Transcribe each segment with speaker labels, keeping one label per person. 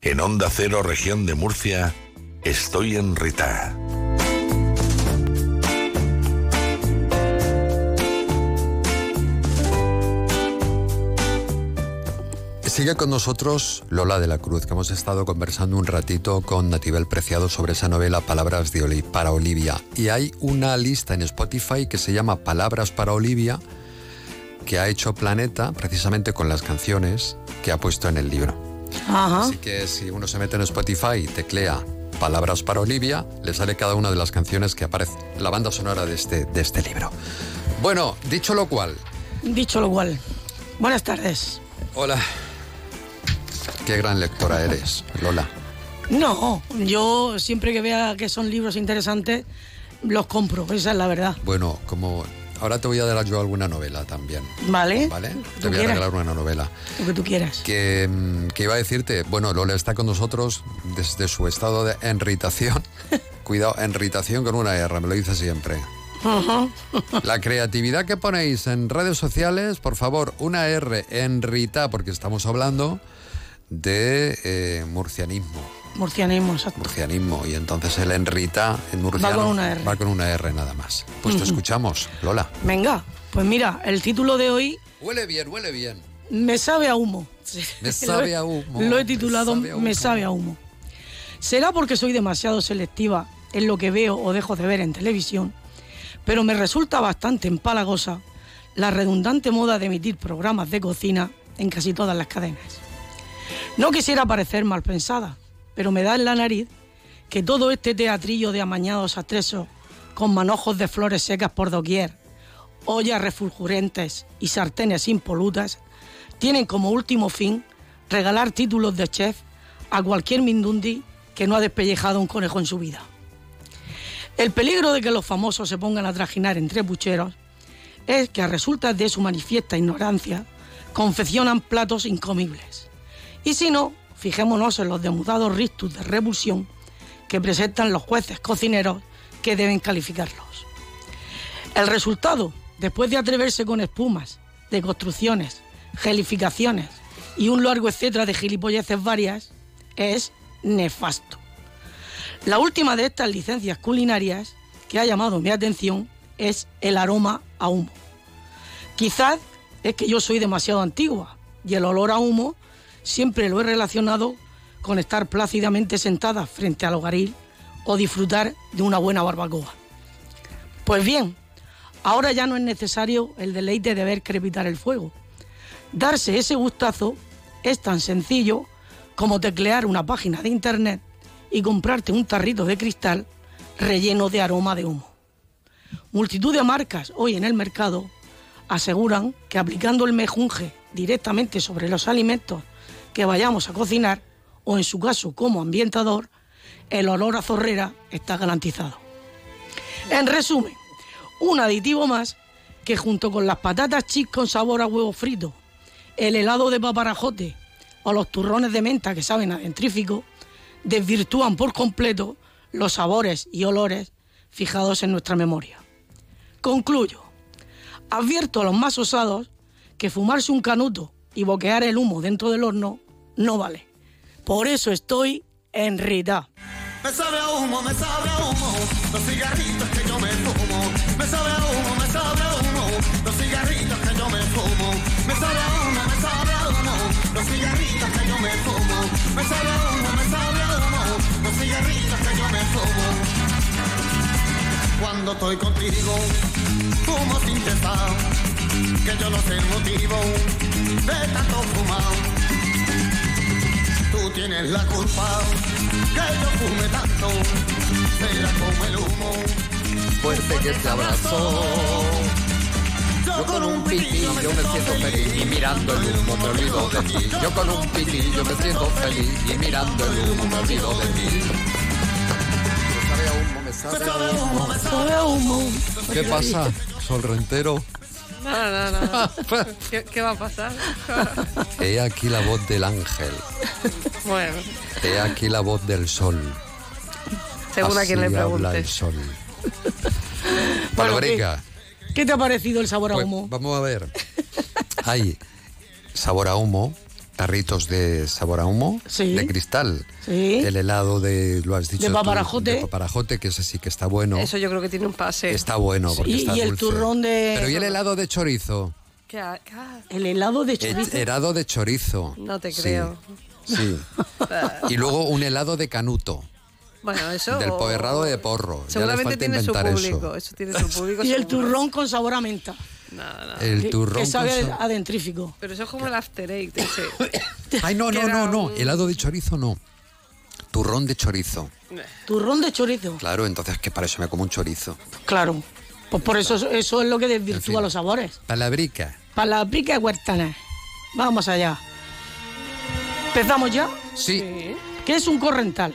Speaker 1: En Onda Cero, región de Murcia, estoy en Rita.
Speaker 2: Sigue con nosotros Lola de la Cruz, que hemos estado conversando un ratito con Natibel Preciado sobre esa novela Palabras de Oli para Olivia. Y hay una lista en Spotify que se llama Palabras para Olivia, que ha hecho Planeta precisamente con las canciones que ha puesto en el libro.
Speaker 3: Ajá.
Speaker 2: Así que si uno se mete en Spotify y teclea Palabras para Olivia, le sale cada una de las canciones que aparece, la banda sonora de este, de este libro. Bueno, dicho lo cual.
Speaker 3: Dicho lo cual. Buenas tardes.
Speaker 2: Hola. Qué gran lectora eres, Lola.
Speaker 3: No, yo siempre que vea que son libros interesantes, los compro, esa es la verdad.
Speaker 2: Bueno, como ahora te voy a dar yo alguna novela también.
Speaker 3: ¿Vale?
Speaker 2: ¿Vale?
Speaker 3: Lo
Speaker 2: Te
Speaker 3: que
Speaker 2: voy a
Speaker 3: quieras,
Speaker 2: regalar una novela.
Speaker 3: Lo que tú quieras.
Speaker 2: Que, mm, que iba a decirte, bueno, Lola está con nosotros desde su estado de enritación. Cuidado, enritación con una R, me lo dice siempre.
Speaker 3: Ajá.
Speaker 2: La creatividad que ponéis en redes sociales, por favor, una R, enrita, porque estamos hablando de eh, murcianismo.
Speaker 3: Murcianismo, exacto.
Speaker 2: Murcianismo, y entonces el enrita en murciano
Speaker 3: con una R.
Speaker 2: va con una R nada más. Pues te escuchamos, Lola.
Speaker 3: Venga, pues mira, el título de hoy
Speaker 2: Huele bien, huele bien.
Speaker 3: me sabe a humo.
Speaker 2: Me sabe a humo,
Speaker 3: Lo
Speaker 2: me
Speaker 3: he titulado
Speaker 2: sabe a humo.
Speaker 3: Me sabe a humo. Será porque soy demasiado selectiva en lo que veo o dejo de ver en televisión, pero me resulta bastante empalagosa la redundante moda de emitir programas de cocina en casi todas las cadenas. No quisiera parecer mal pensada, pero me da en la nariz que todo este teatrillo de amañados atresos, con manojos de flores secas por doquier, ollas refulgurentes y sartenes impolutas, tienen como último fin regalar títulos de chef a cualquier mindundi que no ha despellejado un conejo en su vida. El peligro de que los famosos se pongan a trajinar entre pucheros es que a resultas de su manifiesta ignorancia confeccionan platos incomibles. Y si no, fijémonos en los demutados rictus de repulsión que presentan los jueces cocineros que deben calificarlos. El resultado, después de atreverse con espumas, deconstrucciones, gelificaciones y un largo etcétera de gilipolleces varias, es nefasto. La última de estas licencias culinarias que ha llamado mi atención es el aroma a humo. Quizás es que yo soy demasiado antigua y el olor a humo siempre lo he relacionado con estar plácidamente sentada frente al hogaril o disfrutar de una buena barbacoa. Pues bien, ahora ya no es necesario el deleite de ver crepitar el fuego. Darse ese gustazo es tan sencillo como teclear una página de internet y comprarte un tarrito de cristal relleno de aroma de humo. Multitud de marcas hoy en el mercado aseguran que aplicando el mejunje directamente sobre los alimentos que vayamos a cocinar, o en su caso como ambientador, el olor a zorrera está garantizado. En resumen, un aditivo más que junto con las patatas chips con sabor a huevo frito, el helado de paparajote o los turrones de menta que saben a dentrífico, desvirtúan por completo los sabores y olores fijados en nuestra memoria. Concluyo. Advierto a los más osados que fumarse un canuto y boquear el humo dentro del horno no vale. Por eso estoy enritada.
Speaker 4: Me sabe a humo, me sabe a humo, los cigarritos que yo me fumo. Me sabe a humo, me sabe a humo, los cigarritos que yo me fumo. Me sabe a humo, me sabe a humo, los cigarritos que yo me fumo. Me sabe a humo, me sabe a humo, los cigarritos que yo me fumo. Cuando estoy contigo, fumo sin cesar, que yo no sé el motivo de tanto fumar. Tú tienes la culpa que yo fume tanto. Será como el humo.
Speaker 2: Fuerte que te abrazó. Yo con un pitillo me siento feliz y mirando el humo me olvido de ti. Yo con un pitillo me siento feliz y mirando el humo me olvido de ti. Me sabe a humo, me sabe a humo.
Speaker 3: Sabe a humo.
Speaker 2: ¿Qué pasa, Sol Rentero?
Speaker 5: No, no, no. ¿Qué, qué va a pasar?
Speaker 2: He aquí la voz del ángel,
Speaker 5: bueno,
Speaker 2: he aquí la voz del sol.
Speaker 5: según a quien le
Speaker 2: Así habla el
Speaker 5: preguntes.
Speaker 2: sol.
Speaker 3: Bueno,
Speaker 2: Palabrica.
Speaker 3: ¿Qué te ha parecido el sabor a
Speaker 2: Pues,
Speaker 3: humo?
Speaker 2: vamos a ver. Hay sabor a humo, tarritos de sabor a humo,
Speaker 3: Sí.
Speaker 2: de cristal.
Speaker 3: Sí.
Speaker 2: El helado de, lo has dicho. tú,
Speaker 3: paparajote.
Speaker 2: de paparajote, que ese sí que está bueno.
Speaker 5: Eso yo creo que tiene un pase.
Speaker 2: Está bueno porque
Speaker 3: Y-
Speaker 2: está
Speaker 3: y el
Speaker 2: dulce.
Speaker 3: turrón de-
Speaker 2: Pero y el helado de chorizo.
Speaker 5: ¿Qué ha- qué ha-
Speaker 3: El helado de
Speaker 2: Eh,
Speaker 3: chorizo.
Speaker 2: Helado de chorizo.
Speaker 5: No te
Speaker 2: Sí,
Speaker 5: creo.
Speaker 2: Sí. y luego un helado de canuto.
Speaker 5: Bueno, eso.
Speaker 2: Del
Speaker 5: o-
Speaker 2: poerrado de porro. Ya les
Speaker 5: Seguramente
Speaker 2: falta
Speaker 5: tiene su
Speaker 2: inventar eso.
Speaker 5: público. Eso tiene su público.
Speaker 3: Y el
Speaker 5: seguro.
Speaker 3: turrón con sabor a menta.
Speaker 5: Nada, nada.
Speaker 2: El
Speaker 3: que-
Speaker 2: turrón.
Speaker 3: Que sabe
Speaker 2: con
Speaker 3: a dentrífico.
Speaker 5: Pero eso es como el after eight. ese.
Speaker 2: sa- Ay, no,
Speaker 5: que
Speaker 2: no,
Speaker 5: era
Speaker 2: no, no.
Speaker 5: un-
Speaker 2: Helado de chorizo no. Turrón de chorizo.
Speaker 3: Turrón de chorizo.
Speaker 2: Claro, entonces que para eso me como un chorizo.
Speaker 3: Claro. Pues por eso eso es lo que desvirtúa
Speaker 2: En fin.
Speaker 3: los sabores.
Speaker 2: Palabrica.
Speaker 3: Para la pica de huertanas. Vamos allá. ¿Empezamos ya?
Speaker 2: Sí.
Speaker 3: ¿Qué es un corrental?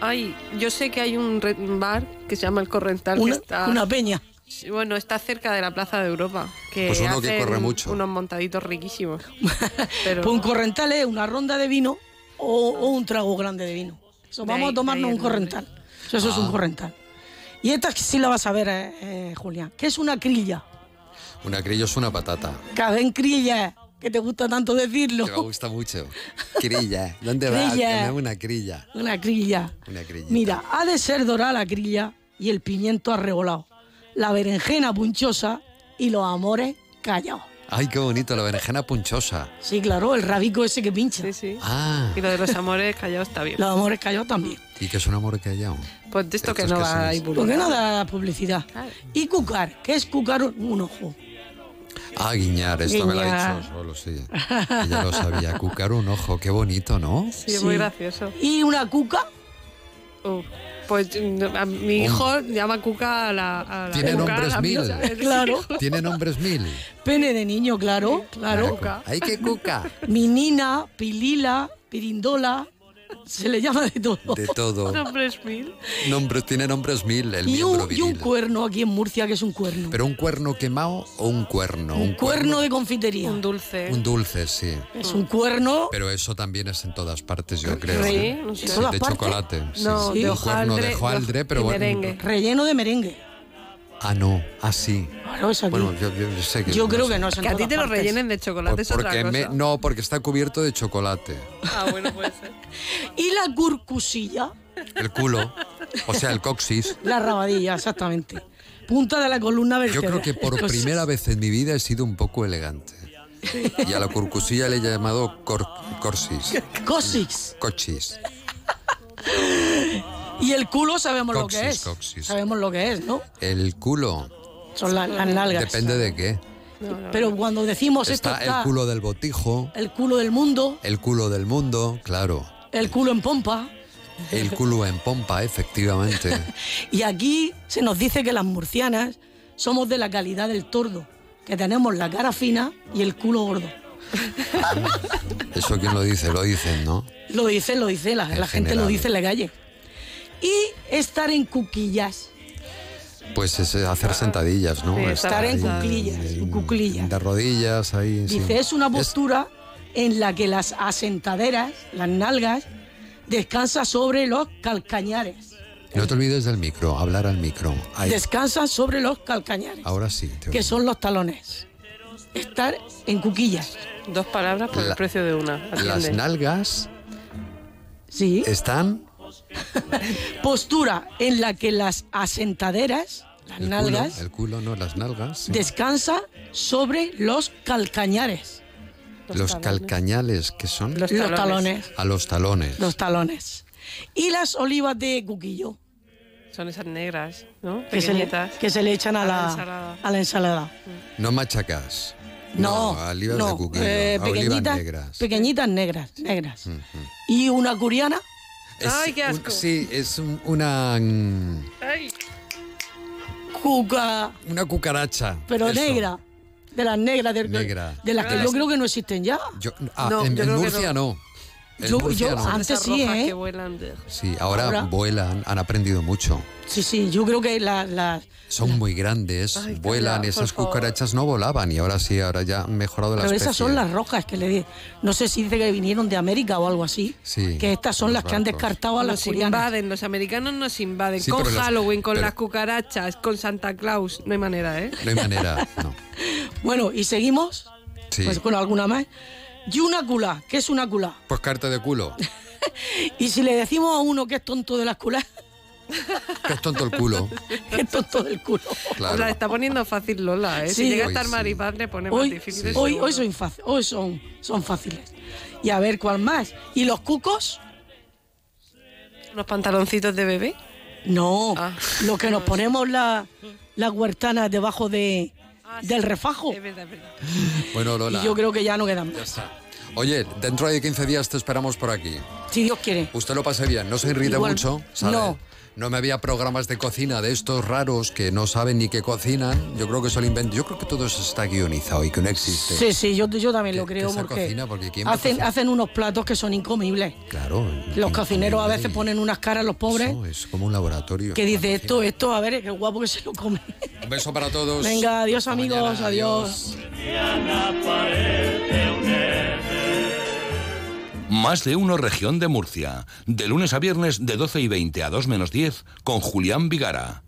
Speaker 5: Ay, yo sé que hay un re- un bar que se llama El Corrental.
Speaker 3: Una,
Speaker 5: que está,
Speaker 3: una peña.
Speaker 5: Sí, Bueno, está cerca de la Plaza de Europa. Que
Speaker 2: Pues uno que
Speaker 5: hacen
Speaker 2: corre mucho.
Speaker 5: Unos montaditos riquísimos. Pero-
Speaker 3: Pues un corrental es una ronda de vino o, o un trago grande de vino. Eso,
Speaker 5: De
Speaker 3: vamos
Speaker 5: ahí-
Speaker 3: a
Speaker 5: de
Speaker 3: tomarnos
Speaker 5: ahí
Speaker 3: un
Speaker 5: el nombre.
Speaker 3: corrental. Eso, eso
Speaker 2: Ah.
Speaker 3: es un corrental. Y esta sí la vas a ver, eh, eh, Julián. ¿Qué es una crilla?
Speaker 2: Una grillo es una patata.
Speaker 3: Cada en crilla, que te gusta tanto decirlo.
Speaker 2: Que me gusta mucho. Crilla. ¿Dónde va?
Speaker 3: Crilla.
Speaker 2: Que me hago una crilla.
Speaker 3: Una crilla.
Speaker 2: Una crillita.
Speaker 3: Mira, ha de ser dorada la crilla y el pimiento arrebolado, la berenjena punchosa y los amores callados.
Speaker 2: Ay, qué bonito, la berenjena punchosa.
Speaker 3: Sí, claro, el rabico ese que pincha.
Speaker 5: Sí, sí.
Speaker 2: Ah,
Speaker 5: Y lo de los amores callados está bien.
Speaker 3: Los amores callados también.
Speaker 2: y que es un amor que hallado.
Speaker 5: Pues de esto que
Speaker 2: Estos
Speaker 5: no
Speaker 2: que
Speaker 5: va
Speaker 2: son-
Speaker 5: a ir
Speaker 3: Porque no da publicidad.
Speaker 5: Claro.
Speaker 3: Y cucar, ¿qué es cucar un ojo?
Speaker 2: Ah, guiñar, esto me lo ha
Speaker 3: Guiñar.
Speaker 2: dicho solo, sí. Que ya lo sabía. Cucar un ojo, qué bonito, ¿no?
Speaker 5: Sí, muy gracioso.
Speaker 3: ¿Y una cuca?
Speaker 5: Uh, pues no, a mi hijo llama cuca a la. A la
Speaker 2: Oh. Tiene
Speaker 5: cuca, a
Speaker 2: nombres
Speaker 5: la
Speaker 2: mil.
Speaker 5: misa.
Speaker 3: Claro.
Speaker 2: Tiene nombres mil.
Speaker 3: Pene de niño, claro, claro.
Speaker 5: Cuca.
Speaker 2: ¡Ay, qué cuca!
Speaker 3: Minina, pilila, pirindola, se le llama de todo.
Speaker 2: De todo.
Speaker 5: Nombres mil.
Speaker 2: Nombre, tiene nombres mil, el
Speaker 3: Y
Speaker 2: miembro
Speaker 3: un, y un
Speaker 2: viril.
Speaker 3: cuerno aquí en Murcia, que es un cuerno.
Speaker 2: ¿Pero un cuerno quemado o un cuerno?
Speaker 3: un cuerno de confitería.
Speaker 5: Un dulce.
Speaker 2: Un dulce, sí.
Speaker 3: Es un cuerno
Speaker 2: Pero eso también es en todas partes, yo creo.
Speaker 5: Sí,
Speaker 2: ¿eh?
Speaker 5: no sé.
Speaker 3: ¿En
Speaker 2: Sí,
Speaker 3: todas
Speaker 2: de
Speaker 3: partes?
Speaker 2: chocolate. sí.
Speaker 5: No,
Speaker 3: Sí.
Speaker 5: de
Speaker 2: Un cuerno
Speaker 5: hojaldre.
Speaker 2: de hojaldre, pero
Speaker 5: y
Speaker 2: bueno.
Speaker 5: merengue.
Speaker 3: relleno de merengue.
Speaker 2: Ah, no, así.
Speaker 3: Claro, es aquí.
Speaker 2: Bueno, yo, yo- yo sé que.
Speaker 3: yo creo
Speaker 2: sé.
Speaker 3: que no es en
Speaker 5: Que a ti
Speaker 3: todas
Speaker 5: te lo
Speaker 3: partes.
Speaker 5: rellenen de chocolate,
Speaker 2: Por-
Speaker 5: es otra
Speaker 2: porque
Speaker 5: cosa.
Speaker 2: me- no, porque está cubierto de chocolate.
Speaker 5: Ah, bueno, puede ser.
Speaker 3: Y la curcusilla,
Speaker 2: El culo. O sea, el coxis.
Speaker 3: la rabadilla, exactamente. Punta de la columna
Speaker 2: Yo
Speaker 3: vertebral.
Speaker 2: creo que por
Speaker 3: Entonces,
Speaker 2: primera vez en mi vida he sido un poco elegante. Y a la curcusilla le he llamado cor- corsis.
Speaker 3: Cosix.
Speaker 2: Cochis.
Speaker 3: Y el culo sabemos lo que
Speaker 2: Coxis,
Speaker 3: es.
Speaker 2: coxis.
Speaker 3: Sabemos lo que es, ¿no?
Speaker 2: El culo.
Speaker 3: Son la- las nalgas.
Speaker 2: Depende de qué.
Speaker 3: Pero cuando decimos
Speaker 2: Está
Speaker 3: esto está
Speaker 2: el culo del botijo,
Speaker 3: el culo del mundo,
Speaker 2: el culo del mundo, claro.
Speaker 3: el culo en pompa.
Speaker 2: El culo en pompa, efectivamente.
Speaker 3: Y aquí se nos dice que las murcianas somos de la calidad del tordo, que tenemos la cara fina y el culo gordo.
Speaker 2: Eso quién lo dice, lo dicen, ¿no?
Speaker 3: Lo dice, lo dice, la,
Speaker 2: En
Speaker 3: la gente lo
Speaker 2: general.
Speaker 3: dice en la calle. Y estar en cuquillas.
Speaker 2: Pues es hacer sentadillas, ¿no?
Speaker 5: Sí, estar
Speaker 3: en
Speaker 2: ahí,
Speaker 3: cuclillas, en cuclillas.
Speaker 2: De rodillas, ahí. sí.
Speaker 3: Dice, es una postura en la que las asentaderas, las nalgas, descansan sobre los calcañares.
Speaker 2: No te olvides del micro, hablar al micro. Ahí.
Speaker 3: Descansan sobre los calcañares,
Speaker 2: Ahora sí. te
Speaker 3: que
Speaker 2: oigo.
Speaker 3: son los talones. Estar en cuquillas.
Speaker 5: Dos palabras por
Speaker 2: La-
Speaker 5: el precio de una.
Speaker 2: Las
Speaker 5: Atiende.
Speaker 2: nalgas
Speaker 3: Sí.
Speaker 2: están
Speaker 3: Postura en la que las asentaderas, las
Speaker 2: el
Speaker 3: nalgas,
Speaker 2: Culo, el culo, no, las nalgas. sí.
Speaker 3: descansa sobre los calcañares,
Speaker 2: Los calcañales que son
Speaker 5: Los
Speaker 3: los
Speaker 5: talones.
Speaker 3: talones,
Speaker 2: a los talones.
Speaker 3: los talones. Y las olivas de cuquillo,
Speaker 5: Son esas negras, ¿no?
Speaker 3: que se, le,
Speaker 5: Pequeñitas.
Speaker 3: que se le echan a
Speaker 5: A la
Speaker 3: la,
Speaker 5: ensalada.
Speaker 3: a la ensalada.
Speaker 2: No machacas.
Speaker 3: No,
Speaker 2: olivas
Speaker 3: no,
Speaker 2: de cuquillo,
Speaker 3: eh,
Speaker 2: a olivas
Speaker 3: pequeñitas,
Speaker 2: negras.
Speaker 3: pequeñitas negras, negras. Y una curiana,
Speaker 2: Es
Speaker 5: Ay, qué
Speaker 2: un-
Speaker 5: asco.
Speaker 2: sí, es un- una mm,
Speaker 5: Ay,
Speaker 3: cuca,
Speaker 2: una cucaracha.
Speaker 3: pero
Speaker 2: eso.
Speaker 3: negra, de las negras, de,
Speaker 2: Negra.
Speaker 3: de las
Speaker 5: Ah,
Speaker 3: que yo creo que no existen ya.
Speaker 2: Yo- ah,
Speaker 5: No,
Speaker 2: en,
Speaker 5: yo
Speaker 2: en
Speaker 5: creo que
Speaker 2: Murcia no. En
Speaker 3: Yo-
Speaker 2: Murcia
Speaker 3: yo-
Speaker 2: no.
Speaker 3: ah. Antes
Speaker 5: esas
Speaker 3: sí,
Speaker 5: rojas
Speaker 3: ¿eh?
Speaker 5: que vuelan. de-
Speaker 2: Sí, ahora,
Speaker 3: Ahora-
Speaker 2: vuelan, han aprendido mucho.
Speaker 3: Sí, sí, yo creo que la- las...
Speaker 2: Son muy grandes,
Speaker 5: Ay,
Speaker 2: vuelan,
Speaker 5: Carla,
Speaker 2: esas
Speaker 5: por favor.
Speaker 2: cucarachas no volaban y ahora sí, ahora ya han mejorado la
Speaker 3: Pero
Speaker 2: especie.
Speaker 3: esas son las rojas que le di. No sé si dice que vinieron de América o algo así.
Speaker 2: Sí,
Speaker 3: que estas son
Speaker 2: los
Speaker 3: las que han
Speaker 2: blancos.
Speaker 3: descartado a las
Speaker 5: Nos
Speaker 3: curianas.
Speaker 5: invaden, los americanos nos invaden.
Speaker 2: Sí,
Speaker 5: con
Speaker 2: pero las-
Speaker 5: Halloween, con
Speaker 2: pero-
Speaker 5: las cucarachas, con Santa Claus. No hay manera, ¿eh?
Speaker 2: No hay manera, no.
Speaker 3: Bueno, y seguimos
Speaker 2: Sí.
Speaker 3: pues, con alguna más. Y una culá, ¿qué es una culá?
Speaker 2: Pues carta de culo.
Speaker 3: Y si le decimos a uno que es tonto de las culás,
Speaker 2: Que es tonto el culo.
Speaker 3: que es tonto del culo.
Speaker 2: Claro.
Speaker 5: La está poniendo fácil Lola, ¿eh?
Speaker 3: Sí.
Speaker 5: si llega a
Speaker 2: Hoy
Speaker 5: estar
Speaker 2: sí.
Speaker 5: Maripaz le pone más
Speaker 3: Hoy,
Speaker 5: difícil.
Speaker 3: hoy,
Speaker 5: seguro.
Speaker 3: hoy son, fac- hoy son, son fáciles. Y a ver cuál más. ¿Y los cucos?
Speaker 5: Los pantaloncitos de bebé.
Speaker 3: No,
Speaker 5: Ah.
Speaker 3: lo que nos ponemos la- las huertanas debajo de,
Speaker 5: Ah, sí.
Speaker 3: del refajo.
Speaker 5: Es verdad, es verdad.
Speaker 2: Bueno, Lola.
Speaker 3: Y yo creo que ya no quedan
Speaker 2: Ya
Speaker 3: más.
Speaker 2: está. Oye, dentro de 15 días te esperamos por aquí.
Speaker 3: Si Dios quiere.
Speaker 2: Usted lo pase bien, no se enride
Speaker 3: Igual-
Speaker 2: mucho, ¿sabe?
Speaker 3: no.
Speaker 2: No me había programas de cocina de estos raros que no saben ni qué cocinan. Yo creo que eso lo invento. Yo creo que todo eso está guionizado y que no existe.
Speaker 3: Sí, sí, yo, yo también
Speaker 2: Que-
Speaker 3: lo creo
Speaker 2: que esa
Speaker 3: porque,
Speaker 2: cocina, porque ¿quién va a
Speaker 3: hacen,
Speaker 2: cocinar?
Speaker 3: hacen unos platos que son incomibles.
Speaker 2: Claro.
Speaker 3: Los cocineros a veces ponen unas caras a los pobres
Speaker 2: Eso, es como un laboratorio.
Speaker 3: que
Speaker 2: Una
Speaker 3: dice esto,
Speaker 2: cocina.
Speaker 3: esto, a ver, qué guapo que se lo come.
Speaker 2: Un beso para todos.
Speaker 3: Venga, adiós,
Speaker 2: Hasta
Speaker 3: amigos,
Speaker 2: mañana,
Speaker 3: adiós.
Speaker 1: Más de uno región de Murcia. De lunes a viernes de 12 y 20 a 2 menos 10 con Julián Vigara.